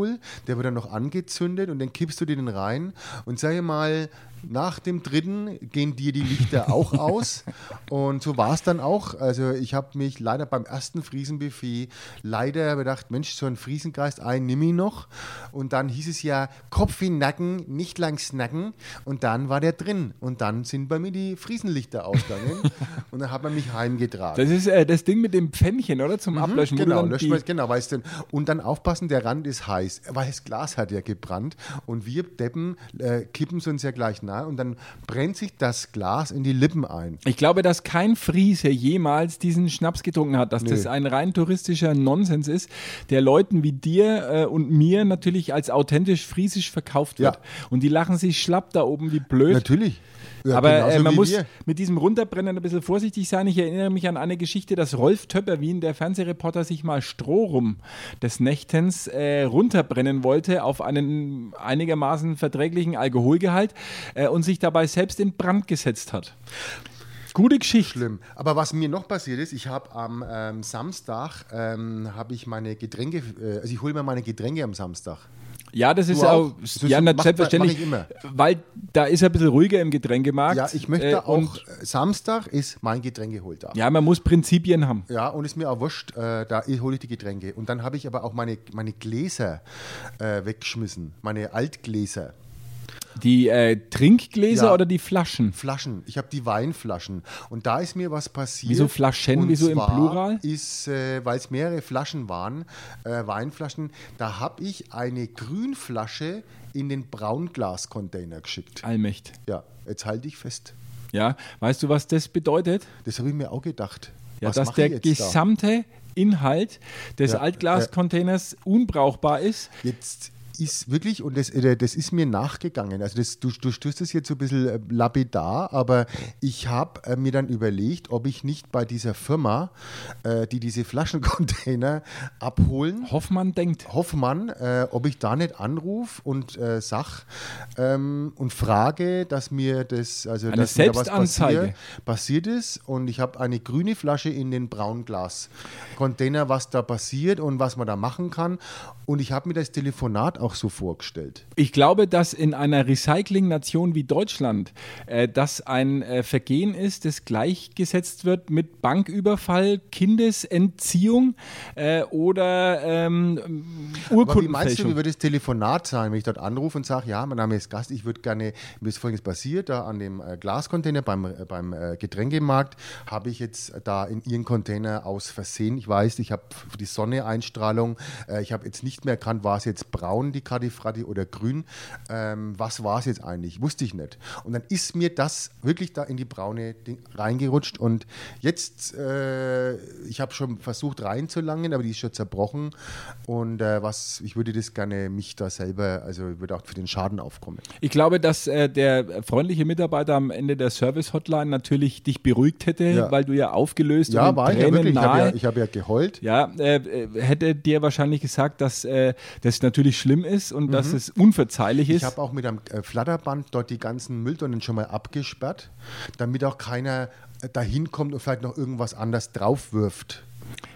B: der wird dann noch angezündet und dann kippst du dir den rein und sag mal, nach dem dritten gehen dir die Lichter auch aus. Und so war es dann auch. Also ich habe mich leider beim ersten Friesenbuffet leider gedacht, Mensch, so ein Friesengeist, ein nimm ihn noch. Und dann hieß es ja, Kopf in den Nacken, nicht lang snacken. Und dann war der drin. Und dann sind bei mir die Friesenlichter ausgegangen. und dann hat man mich heimgetragen.
C: Das ist äh, das Ding mit dem Pfännchen, oder? Zum Ablöschen. wo du
B: Genau,
C: dann
B: löscht
C: die-
B: man, genau, weißt du. Und dann aufpassen, der Rand ist heiß, weil das Glas hat ja gebrannt und wir Deppen äh, kippen es uns ja gleich nahe und dann brennt sich das Glas in die Lippen ein.
C: ich glaube, dass kein Friese jemals diesen Schnaps getrunken hat, dass das ein rein touristischer Nonsens ist, der Leuten wie dir äh, und mir natürlich als authentisch friesisch verkauft wird.
B: Ja.
C: Und die lachen sich schlapp da oben wie blöd.
B: Natürlich. Ja,
C: Aber äh,
B: genauso
C: man
B: wie
C: muss
B: wir.
C: mit diesem Runterbrennen ein bisschen vorsichtig sein. Ich erinnere mich an eine Geschichte, dass Rolf Töpperwien, der Fernsehreporter, sich mal Strohrum des Nächtens äh, runterbrennen wollte auf einen einigermaßen verträglichen Alkoholgehalt äh, und sich dabei selbst in Brand gesetzt hat. Gute Geschichte.
B: Schlimm. Aber was mir noch passiert ist, ich habe am ähm, Samstag ähm, habe ich meine Getränke, äh, also ich hole mir meine Getränke am Samstag.
C: Ja, das ist
B: Du
C: auch,
B: auch? Das
C: ja,
B: ist-
C: na,
B: mach-
C: selbstverständlich,
B: mach
C: weil da ist ein bisschen ruhiger im Getränkemarkt.
B: Ja, ich
C: äh,
B: möchte
C: und-
B: auch, äh, Samstag ist mein Getränkeholtag.
C: Ja, man muss Prinzipien haben.
B: Ja, und ist mir auch wurscht, äh, da hole ich die Getränke. Und dann habe ich aber auch meine, meine Gläser äh, weggeschmissen, meine Altgläser.
C: Die äh, Trinkgläser
B: Ja.
C: oder die Flaschen?
B: Flaschen. Ich habe die Weinflaschen. Und da ist mir was passiert.
C: Wieso Flaschen?
B: Und
C: Wieso im
B: zwar
C: Plural?
B: ist, äh, weil es mehrere Flaschen waren, äh, Weinflaschen, da habe ich eine Grünflasche in den Braunglas-Container geschickt.
C: Allmächt.
B: Ja, jetzt halte ich fest.
C: Ja, weißt du, was das bedeutet?
B: Das habe ich mir auch gedacht.
C: Ja,
B: was
C: dass
B: mache
C: der
B: ich jetzt da?
C: gesamte Inhalt des
B: Ja, äh,
C: Altglascontainers unbrauchbar ist.
B: Jetzt ist wirklich, und das, äh, das ist mir nachgegangen, also das, du, du stößt es jetzt so ein bisschen äh, lapidar, aber ich habe äh, mir dann überlegt, ob ich nicht bei dieser Firma, äh, die diese Flaschencontainer abholen,
C: Hoffmann denkt.
B: Hoffmann, äh, ob ich da nicht anrufe und äh, sag ähm, und frage, dass mir das, also
C: Eine
B: dass mir da was
C: Selbstanzeige.
B: passiert, passiert ist und ich habe eine grüne Flasche in den braunen Glas-Container, was da passiert und was man da machen kann. Und ich habe mir das Telefonat auch so vorgestellt.
C: Ich glaube, dass in einer Recycling-Nation wie Deutschland äh, das ein äh, Vergehen ist, das gleichgesetzt wird mit Banküberfall, Kindesentziehung äh, oder ähm,
B: Aber wie meinst du, wie
C: Urkundenfälschung.
B: wird das Telefonat sein, wenn ich dort anrufe und sage, ja, mein Name ist Gast, ich würde gerne, mir ist folgendes passiert, da an dem äh, Glascontainer beim, äh, beim äh, Getränkemarkt habe ich jetzt äh, da in Ihren Container aus Versehen, ich weiß, ich habe die Sonne-Einstrahlung, äh, ich habe jetzt nicht mehr erkannt, war es jetzt braun, die Katifrati oder grün, ähm, was war es jetzt eigentlich, wusste ich nicht. Und dann ist mir das wirklich da in die braune Ding reingerutscht und jetzt, äh, ich habe schon versucht reinzulangen, aber die ist schon zerbrochen und äh, was, ich würde das gerne mich da selber, also ich würde auch für den Schaden aufkommen.
C: Ich glaube, dass äh, der freundliche Mitarbeiter am Ende der Service-Hotline natürlich dich beruhigt hätte,
B: Ja.
C: weil du ja aufgelöst und
B: Ja,
C: in
B: war ich ja
C: Tränen
B: wirklich, ich habe
C: nahe-
B: ja, ich hab ja geheult.
C: Ja, äh, äh, hätte dir wahrscheinlich gesagt, dass äh, das natürlich schlimm ist und dass es unverzeihlich ist.
B: Mhm. Ich habe auch mit einem äh, Flatterband dort die ganzen Mülltonnen schon mal abgesperrt, damit auch keiner äh, dahin kommt und vielleicht noch irgendwas anders draufwirft.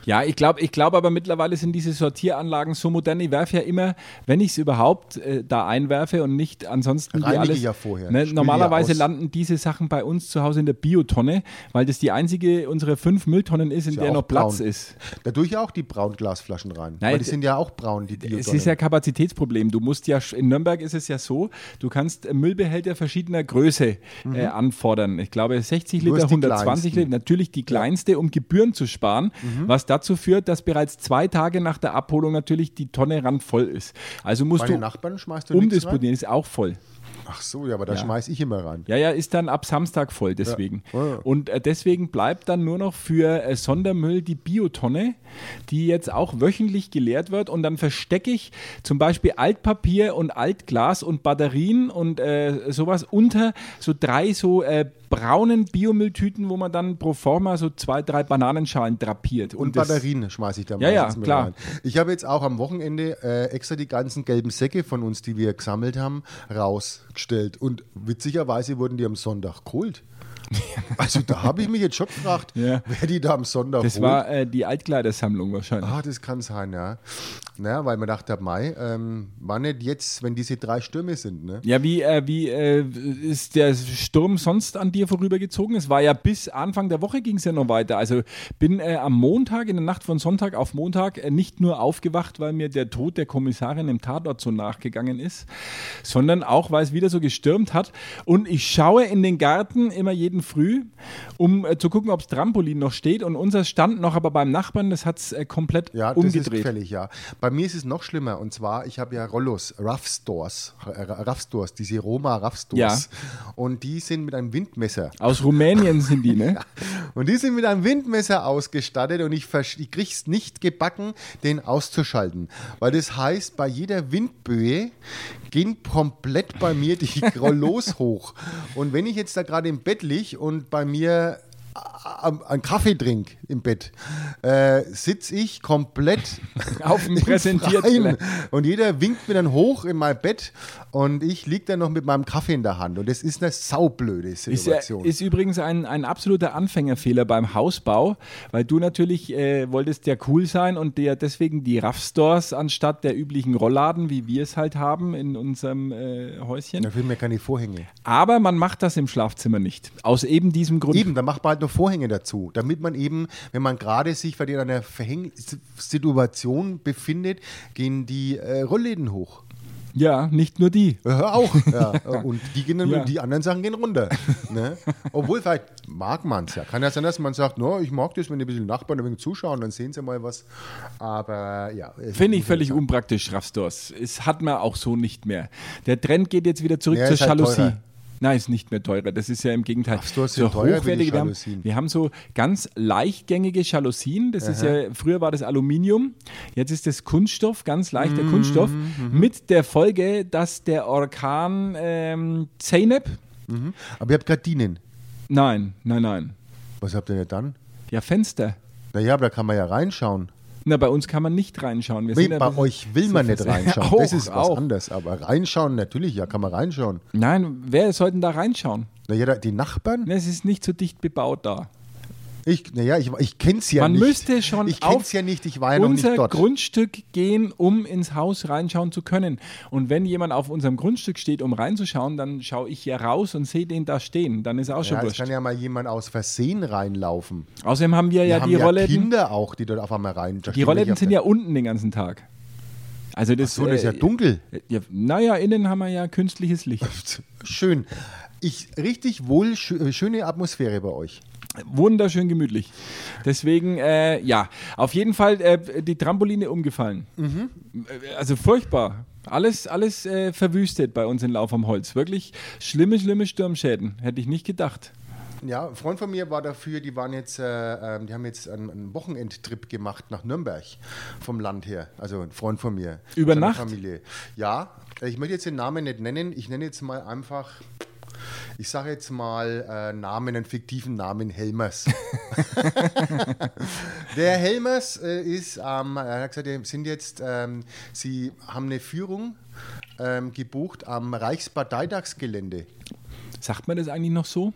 C: ja, ich glaube ich glaub aber mittlerweile sind diese Sortieranlagen so modern. Ich werfe ja immer, wenn ich es überhaupt äh, da einwerfe und nicht ansonsten. die
B: Reinige
C: alles,
B: ja vorher,
C: Ne,
B: spüle die
C: normalerweise
B: ja aus.
C: landen diese Sachen bei uns zu Hause in der Biotonne, weil das die einzige unserer fünf Mülltonnen ist, in
B: Ist ja
C: der
B: auch
C: noch Platz
B: braun.
C: ist.
B: Dadurch ja auch die braunen Glasflaschen rein.
C: Nein,
B: weil die
C: d-
B: sind ja auch braun, die
C: Es
B: Biotonnen.
C: ist ja Kapazitätsproblem. Du musst ja, in Nürnberg ist es ja so, du kannst Müllbehälter verschiedener Größe äh, anfordern. Ich glaube 60
B: Nur
C: Liter,
B: ist Mhm. die
C: 120
B: kleinsten. Mhm.
C: Liter, natürlich die kleinste, um Gebühren zu sparen, was dazu führt, dass bereits zwei Tage nach der Abholung natürlich die Tonne randvoll ist. Also musst
B: Meine
C: du
B: Nachbarn schmeißt du nichts rein?
C: umdisponieren, ist auch voll.
B: Ach so, ja, aber da schmeiß ich immer rein.
C: Ja, ja, ist dann ab Samstag voll, deswegen.
B: Ja. Ja.
C: Und äh, deswegen bleibt dann nur noch für äh, Sondermüll die Biotonne, die jetzt auch wöchentlich geleert wird. Und dann verstecke ich zum Beispiel Altpapier und Altglas und Batterien und äh, sowas unter so drei so äh, braunen Biomülltüten, wo man dann pro forma so zwei, drei Bananenschalen drapiert.
B: Und
C: das-
B: Batterien schmeiße ich da
C: Ja, ja,
B: meistens mit
C: klar.
B: rein. Ich habe jetzt auch am Wochenende äh, extra die ganzen gelben Säcke von uns, die wir gesammelt haben, rausgestellt. Und witzigerweise wurden die am Sonntag geholt.
C: (laughs)
B: Also da habe ich mich jetzt schon gefragt,
C: Ja.
B: wer die da am Sonntag
C: Das
B: holt.
C: war äh, die Altkleidersammlung wahrscheinlich.
B: Ah, das kann sein, ja. Naja, weil man dachte, Mai, ähm, war nicht jetzt, wenn diese drei Stürme sind, ne?
C: Ja, wie, äh, wie äh, ist der Sturm sonst an dir vorübergezogen? Es war ja bis Anfang der Woche ging es ja noch weiter. Also bin äh, am Montag, in der Nacht von Sonntag auf Montag, äh, nicht nur aufgewacht, weil mir der Tod der Kommissarin im Tatort so nachgegangen ist, sondern auch, weil es wieder so gestürmt hat. Und ich schaue in den Garten immer jeden Früh, um äh, zu gucken, ob das Trampolin noch steht. Und unser stand noch aber beim Nachbarn, das hat es äh, komplett
B: Ja, das ist
C: umgedreht.
B: gefällig, ja. Bei mir ist es noch schlimmer und zwar, ich habe ja Rollos, Rough Stores, äh, Rough Stores, diese Roma Rough Stores. Und die sind mit einem Windmesser.
C: Aus Rumänien sind die,
B: (laughs)
C: ne?
B: Und die sind mit einem Windmesser ausgestattet und ich, versch- ich krieg's nicht gebacken, den auszuschalten. Weil das heißt, bei jeder Windböe gehen komplett bei mir die Rollos hoch. Und wenn ich jetzt da gerade im Bett lieg und bei mir am- einen Kaffee trink im Bett, äh, sitze ich komplett
C: (laughs) Auf dem
B: im
C: Präsentierteller.
B: Freien. Und jeder winkt mir dann hoch in mein Bett und ich lieg dann noch mit meinem Kaffee in der Hand. Und das ist eine saublöde
C: Ist, ja-
B: Situation.
C: ist übrigens ein, ein absoluter Anfängerfehler beim Hausbau, weil du natürlich äh, wolltest ja cool sein und dir deswegen die Raff-Stores anstatt der üblichen Rollladen, wie wir es halt haben in unserem äh, Häuschen.
B: da fehlen mir keine Vorhänge.
C: Aber man macht das im Schlafzimmer nicht. Aus eben diesem Grund.
B: Eben, da macht man halt noch Vorhänge dazu, damit man eben, wenn man gerade sich bei einer verhänglichen Situation befindet, gehen die äh, Rollläden hoch.
C: Ja, nicht nur die.
B: Äh, auch.
C: (laughs)
B: Ja. Und die, gehen dann,
C: Ja.
B: die anderen Sachen gehen runter. (laughs) Ne? Obwohl, vielleicht mag man es ja. Kann ja sein, dass man sagt, no, ich mag das, wenn die ein bisschen Nachbarn ein wenig zuschauen, dann sehen sie mal was. Aber ja. es-
C: Finde ich völlig unpraktisch, Raffstores. Es hat man auch so nicht mehr. Der Trend geht jetzt wieder zurück
B: Ja,
C: zur
B: ist halt
C: Jalousie.
B: teurer.
C: Nein, ist nicht mehr teurer. Das ist ja im Gegenteil.
B: Raffstores sind teurer wie die
C: wir, haben,
B: Jalousien.
C: wir haben so ganz leichtgängige Jalousien. Das ist ja, früher war das Aluminium, jetzt ist das Kunststoff, ganz leichter
B: Mhm,
C: Kunststoff. Mit der Folge, dass der Orkan ähm, Zeynep.
B: Aber ihr habt Gardinen.
C: Nein, nein, nein.
B: Was habt ihr denn dann?
C: Ja, Fenster.
B: Naja, aber da kann man ja reinschauen.
C: Na, bei uns kann man nicht reinschauen. Wir
B: Nee,
C: sind ja-
B: bei euch will man nicht
C: (laughs)
B: reinschauen.
C: Auch,
B: das ist was
C: auch.
B: anderes. Aber reinschauen, natürlich, ja, kann man reinschauen.
C: Nein, wer soll denn da reinschauen?
B: Naja, da, die Nachbarn?
C: Ne, Es ist nicht so dicht bebaut da.
B: Ich, naja, ich, ich kenne es ja
C: Man
B: nicht.
C: müsste schon
B: Ich
C: auf
B: kenne es ja nicht, ich war ja noch nicht
C: unser
B: dort.
C: Grundstück gehen, um ins Haus reinschauen zu können. Und wenn jemand auf unserem Grundstück steht, um reinzuschauen, dann schaue ich hier raus und sehe den da stehen. Dann ist auch schon
B: ja, es
C: wurscht.
B: kann ja mal jemand aus Versehen reinlaufen.
C: Außerdem haben wir
B: Wir
C: ja
B: haben
C: die Rollläden.
B: Kinder auch, die dort auf einmal rein. da
C: Die
B: stehen
C: Rollläden
B: welche
C: sind
B: auf
C: ja unten den ganzen Tag. Also das,
B: der- So, das ist ja
C: äh,
B: dunkel.
C: Ja, naja, innen haben wir ja künstliches Licht.
B: Schön. Ich, richtig wohl schö- äh, schöne Atmosphäre bei euch.
C: Wunderschön gemütlich. Deswegen, äh, ja, auf jeden Fall äh, die Trampoline umgefallen.
B: Mhm.
C: Äh, Also furchtbar. Alles, alles äh, verwüstet bei uns in Lauf am Holz. Wirklich schlimme, schlimme Sturmschäden. Hätte ich nicht gedacht.
B: Ja, ein Freund von mir war dafür, die waren jetzt, äh, ähm, die haben jetzt einen, einen Wochenendtrip gemacht nach Nürnberg vom Land her. Also ein Freund von mir.
C: Über
B: Seine
C: Nacht?
B: Familie. Ja, äh, ich möchte jetzt den Namen nicht nennen. Ich nenne jetzt mal einfach, ich sage jetzt mal äh, Namen, einen fiktiven Namen
C: (laughs)
B: Helmers. Der Helmers äh, ist, ähm, er hat gesagt, die sind jetzt, ähm, sie haben eine Führung ähm, gebucht am Reichsparteitagsgelände.
C: Sagt man das eigentlich noch so?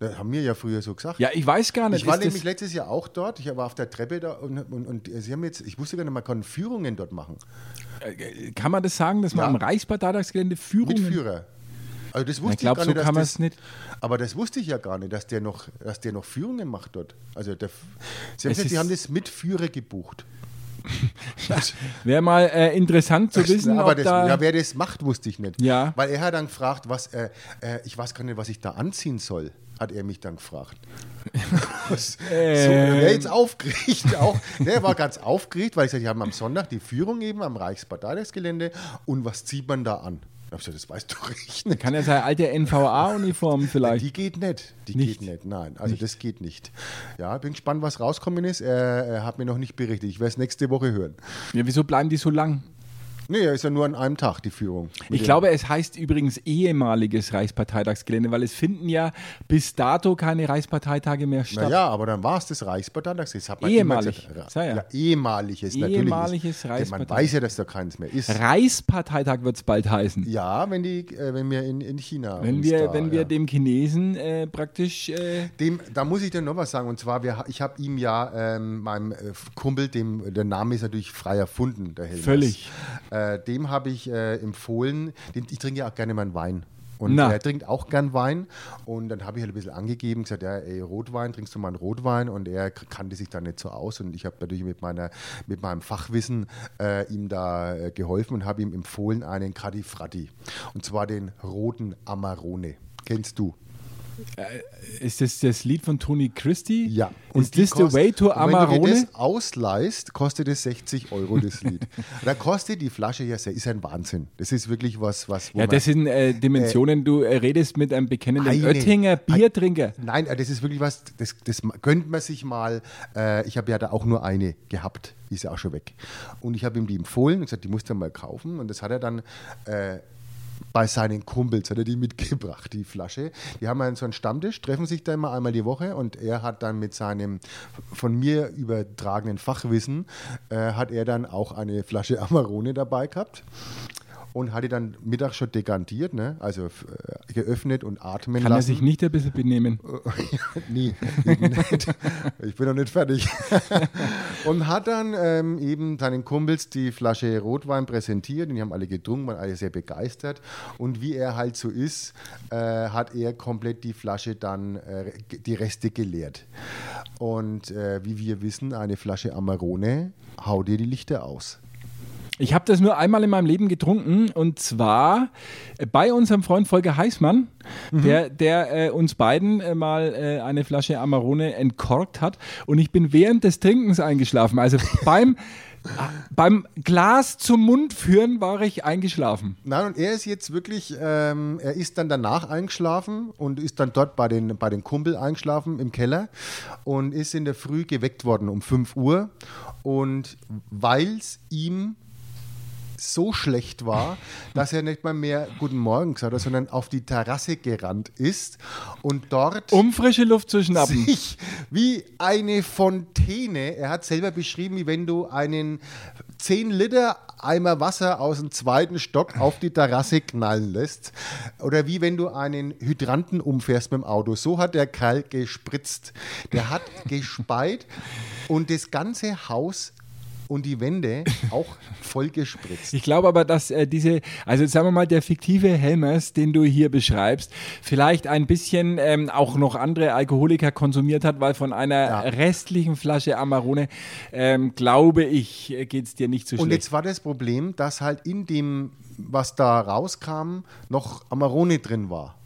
B: Das haben wir ja früher so gesagt.
C: Ja, ich weiß gar nicht.
B: Ich war
C: Ist das-
B: nämlich letztes Jahr auch dort. Ich war auf der Treppe da und, und, und sie haben jetzt, ich wusste gar nicht, man kann Führungen dort machen.
C: äh, kann man das sagen, dass man
B: Ja.
C: am Reichsparteitagsgelände Führungen...
B: Mit Führer. Also das wusste
C: Ich glaub,
B: ich gar
C: so
B: nicht, dass
C: kann man's
B: das,
C: nicht.
B: Aber das wusste ich ja gar nicht, dass der noch, dass der noch Führungen macht dort. Also der, sie haben
C: Es
B: gesagt,
C: ist-
B: die haben das mit Führer gebucht.
C: Wäre mal äh, interessant zu wissen,
B: ne? aber
C: ob
B: das,
C: da...
B: ja, wer das macht, wusste ich nicht.
C: Ja.
B: Weil er hat dann gefragt, was, äh, äh, ich weiß gar nicht, was ich da anziehen soll, hat er mich dann
C: (laughs)
B: gefragt. Was, so,
C: Ähm.
B: er jetzt aufgeregt (laughs) auch. Der war ganz aufgeregt, weil ich sagte, die haben am Sonntag die Führung eben am Reichsparteitagsgelände und was zieht man da an? Da hab ich gesagt, das weißt du (laughs) richtig nicht.
C: Kann ja seine alte NVA-Uniform
B: (laughs)
C: vielleicht...
B: Die geht nicht. Die
C: Nicht.
B: geht nicht. Nein, also das geht nicht. Ja, bin gespannt, was rauskommen ist. Er, er hat mir noch nicht berichtet. Ich werde es nächste Woche hören.
C: Ja, wieso bleiben die so lang?
B: Nee, er ist ja nur an einem Tag die Führung.
C: Ich glaube, es heißt übrigens ehemaliges Reichsparteitagsgelände, weil es finden ja bis dato keine Reichsparteitage mehr statt.
B: Naja, aber dann war es das Reichsparteitags. Das hat man
C: Ehemalig.
B: Immer gesagt,
C: Sag ja.
B: ja. ehemaliges, natürlich.
C: Ehemaliges
B: Denn Man
C: Reichsparteitag.
B: weiß ja, dass da keins mehr ist.
C: Reichsparteitag wird es bald heißen.
B: Ja, wenn, die, äh, wenn wir in, in China.
C: Wenn
B: uns
C: wir,
B: da,
C: wenn wir
B: ja.
C: dem Chinesen äh, praktisch. Äh,
B: Dem, da muss ich dir noch was sagen. Und zwar, wir, ich habe ihm ja ähm, meinem äh, Kumpel, dem der Name ist natürlich frei erfunden, der Helmers.
C: Völlig.
B: Äh, dem habe ich äh, empfohlen, den, ich trinke ja auch gerne meinen Wein. Und
C: Na.
B: er trinkt auch gern Wein. Und dann habe ich halt ein bisschen angegeben, gesagt, ja, ey, Rotwein, trinkst du mal einen Rotwein? Und er k- kannte sich da nicht so aus. Und ich habe natürlich mit, meiner, mit meinem Fachwissen äh, ihm da äh, geholfen und habe ihm empfohlen einen Cadifratti. Und zwar den roten Amarone. Kennst du?
C: ist das das Lied von Tony Christie?
B: Ja.
C: Ist
B: die
C: this the way to
B: und Wenn du dir
C: Amarone?
B: das ausleihst, kostet es 60 Euro das
C: (laughs)
B: Lied. da kostet die Flasche ja sehr, ist ein Wahnsinn. Das ist wirklich was, was. wo
C: Ja,
B: man-
C: das sind äh, Dimensionen. du äh, redest mit einem bekennenden
B: Eine-
C: Oettinger Biertrinker.
B: Nein, äh, das ist wirklich was, das, das gönnt man sich mal. Äh, Ich habe ja da auch nur eine gehabt, die ist ja auch schon weg. Und ich habe ihm die empfohlen und gesagt, die musst du mal kaufen. Und das hat er dann äh, bei seinen Kumpels, hat er die mitgebracht, die Flasche. Die haben einen so einen Stammtisch, treffen sich da immer einmal die Woche und er hat dann mit seinem von mir übertragenen Fachwissen, äh, hat er dann auch eine Flasche (laughs) Amarone dabei gehabt und hatte dann mittags schon dekantiert, ne? also f- äh, geöffnet und atmen
C: Kann er
B: lassen.
C: sich nicht ein bisschen benehmen?
B: (laughs) Nie. Eben nicht. Ich bin noch nicht fertig. Und hat dann ähm, eben seinen Kumpels die Flasche Rotwein präsentiert. Und die haben alle getrunken, waren alle sehr begeistert. Und wie er halt so ist, äh, hat er komplett die Flasche dann, äh, die Reste geleert. Und äh, wie wir wissen, eine Flasche Amarone haut dir die Lichter aus.
C: Ich habe das nur einmal in meinem Leben getrunken und zwar bei unserem Freund Volker Heißmann, der, der äh, uns beiden äh, mal äh, eine Flasche Amarone entkorkt hat und ich bin während des Trinkens eingeschlafen. Also beim, äh, beim Glas zum Mund führen war ich eingeschlafen.
B: Nein, und er ist jetzt wirklich, ähm, er ist dann danach eingeschlafen und ist dann dort bei den, bei den Kumpel eingeschlafen im Keller und ist in der Früh geweckt worden um 5 Uhr. Und weil es ihm so schlecht war, dass er nicht mal mehr Guten Morgen gesagt hat, sondern auf die Terrasse gerannt ist und dort
C: Um frische Luft zu schnappen.
B: sich wie eine Fontäne. Er hat selber beschrieben, wie wenn du einen 10 Liter Eimer Wasser aus dem zweiten Stock auf die Terrasse knallen lässt. Oder wie wenn du einen Hydranten umfährst mit dem Auto. So hat der Kerl gespritzt. Der hat gespeit und das ganze Haus und die Wände auch voll gespritzt.
C: Ich glaube aber, dass äh, diese, also jetzt sagen wir mal, der fiktive Helmers, den du hier beschreibst, vielleicht ein bisschen ähm, auch noch andere Alkoholiker konsumiert hat, weil von einer
B: Ja.
C: restlichen Flasche Amarone, ähm, glaube ich, geht es dir nicht so
B: Und
C: schlecht.
B: jetzt war das Problem, dass halt in dem, was da rauskam, noch Amarone drin war.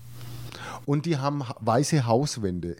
B: Und die haben ha- weiße Hauswände.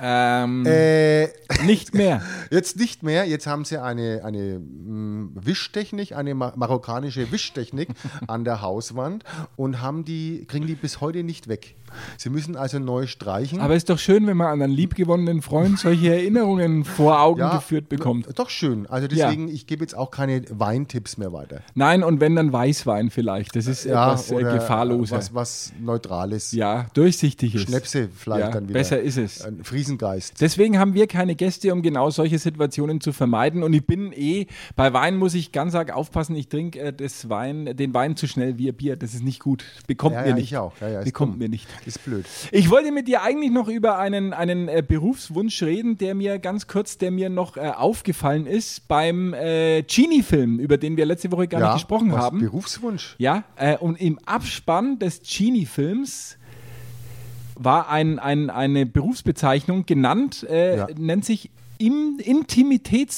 C: Ähm,
B: Äh, (laughs)
C: nicht mehr.
B: jetzt nicht mehr. Jetzt haben sie eine, eine mm, Wischtechnik, eine ma marokkanische
C: (laughs)
B: Wischtechnik an der Hauswand und haben die, kriegen die bis heute nicht weg. Sie müssen also neu streichen.
C: Aber ist doch schön, wenn man an einen liebgewonnenen Freund solche Erinnerungen vor Augen
B: Ja,
C: geführt bekommt.
B: Doch schön. Also
C: Ja.
B: deswegen, ich gebe jetzt auch keine Weintipps mehr weiter.
C: Nein, und wenn dann Weißwein vielleicht. Das ist etwas äh, gefahrloser.
B: Was, was Neutrales.
C: ja, durchsichtig ist.
B: Schnäpse vielleicht
C: Ja,
B: dann wieder.
C: Besser ist es.
B: Ein Friesengeist.
C: Deswegen haben wir keine Gäste, um genau solche Situationen zu vermeiden. Und ich bin eh, bei Wein muss ich ganz arg aufpassen, ich trinke äh, das Wein, den Wein zu schnell wie ein Bier. Das ist nicht gut. Bekommt mir nicht.
B: ich auch. Ja, ja, ist
C: Bekommt
B: dumm.
C: mir nicht.
B: Ist blöd.
C: Ich wollte mit dir eigentlich noch über einen, einen äh, Berufswunsch reden, der mir ganz kurz, der mir noch äh, aufgefallen ist beim äh, Genie-Film, über den wir letzte Woche gar
B: ja,
C: nicht gesprochen
B: was,
C: haben.
B: Berufswunsch.
C: Ja, äh, und im Abspann des Genie-Films war ein, ein, eine Berufsbezeichnung genannt, äh,
B: Ja.
C: nennt sich Im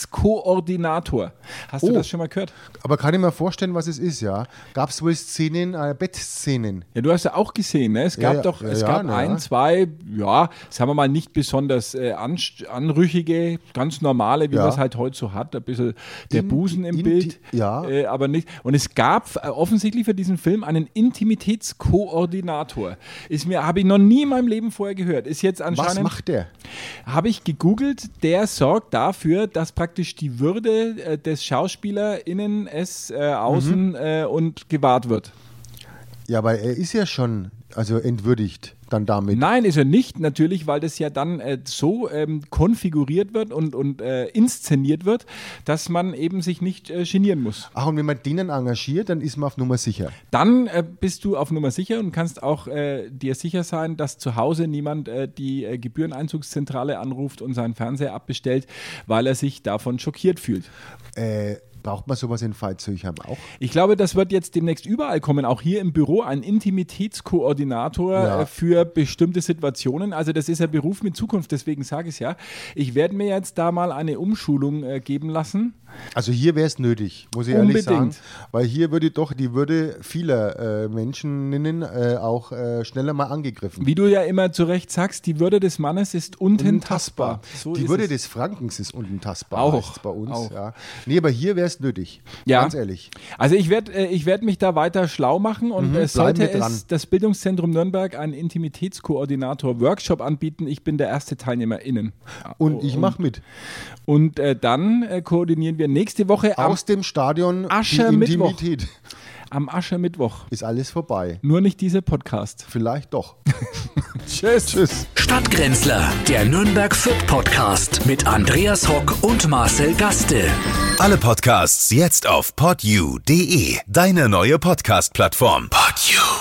C: Intimitätskoordinator. Hast du
B: Oh.
C: das schon mal gehört?
B: Aber kann ich mir vorstellen, was es ist, ja. Gab es wohl Szenen, äh, Bettszenen?
C: Ja, du hast ja auch gesehen, ne? Es
B: Ja,
C: gab
B: ja,
C: doch,
B: ja,
C: es
B: ja,
C: gab
B: na ja.
C: ein, zwei, ja, sagen wir mal, nicht besonders äh, anst- anrüchige, ganz normale, wie
B: Ja.
C: man es halt heute so hat, ein bisschen der
B: In-
C: Busen im
B: in-
C: Bild,
B: ja.
C: äh, aber nicht. Und es gab äh, offensichtlich für diesen Film einen Intimitätskoordinator. Ist mir, habe ich noch nie in meinem Leben vorher gehört. Ist jetzt
B: Was
C: anscheinend,
B: macht der?
C: habe ich gegoogelt, der sorgt dafür, dass praktisch die Würde äh, des SchauspielerInnen es äh,
B: Mhm.
C: außen äh, und gewahrt wird.
B: Ja, aber er ist ja schon also entwürdigt dann damit.
C: Nein, ist er nicht, natürlich, weil das ja dann äh, so ähm, konfiguriert wird und, und äh, inszeniert wird, dass man eben sich nicht äh, genieren muss.
B: Ach, und wenn man denen engagiert, dann ist man auf Nummer sicher.
C: Dann äh, bist du auf Nummer sicher und kannst auch äh, dir sicher sein, dass zu Hause niemand äh, die äh, Gebühreneinzugszentrale anruft und seinen Fernseher abbestellt, weil er sich davon schockiert fühlt.
B: Äh, braucht man sowas in Veitshöchheim auch?
C: Ich glaube, das wird jetzt demnächst überall kommen, auch hier im Büro, ein Intimitätskoordinator
B: Ja.
C: äh, für bestimmte Situationen. Also das ist ein Beruf mit Zukunft, deswegen sage ich es ja. Ich werde mir jetzt da mal eine Umschulung äh, geben lassen.
B: Also hier wäre es nötig, muss ich ehrlich sagen.
C: Unbedingt.
B: Weil hier würde doch die Würde vieler äh, Menscheninnen äh, auch äh, schneller mal angegriffen.
C: Wie du ja immer zu Recht sagst, die Würde des Mannes ist unantastbar. So
B: die
C: ist
B: Würde
C: es.
B: des Frankens ist unentastbar
C: Auch,
B: heißt's bei uns.
C: auch.
B: Ja. Nee, aber hier wäre es nötig.
C: Ja.
B: Ganz ehrlich.
C: Also ich werde äh, ich werd mich da weiter schlau machen und äh, sollte
B: Mhm, wir dran.
C: es das Bildungszentrum Nürnberg einen Intimitätskoordinator-Workshop anbieten, ich bin der erste TeilnehmerInnen.
B: Und ich mache mit.
C: Und äh, dann äh, koordinieren wir wir nächste Woche am,
B: Aus dem Stadion
C: Aschermittwoch.
B: die Intimität
C: am Aschermittwoch.
B: ist alles vorbei.
C: Nur nicht dieser Podcast.
B: Vielleicht doch.
C: (laughs) Tschüss.
B: Tschüss.
A: Stadtgrenzler, der Nürnberg Fürth Podcast mit Andreas Hock und Marcel Gaste.
D: Alle Podcasts jetzt auf podyou.de, deine neue Podcast-Plattform. Podyou.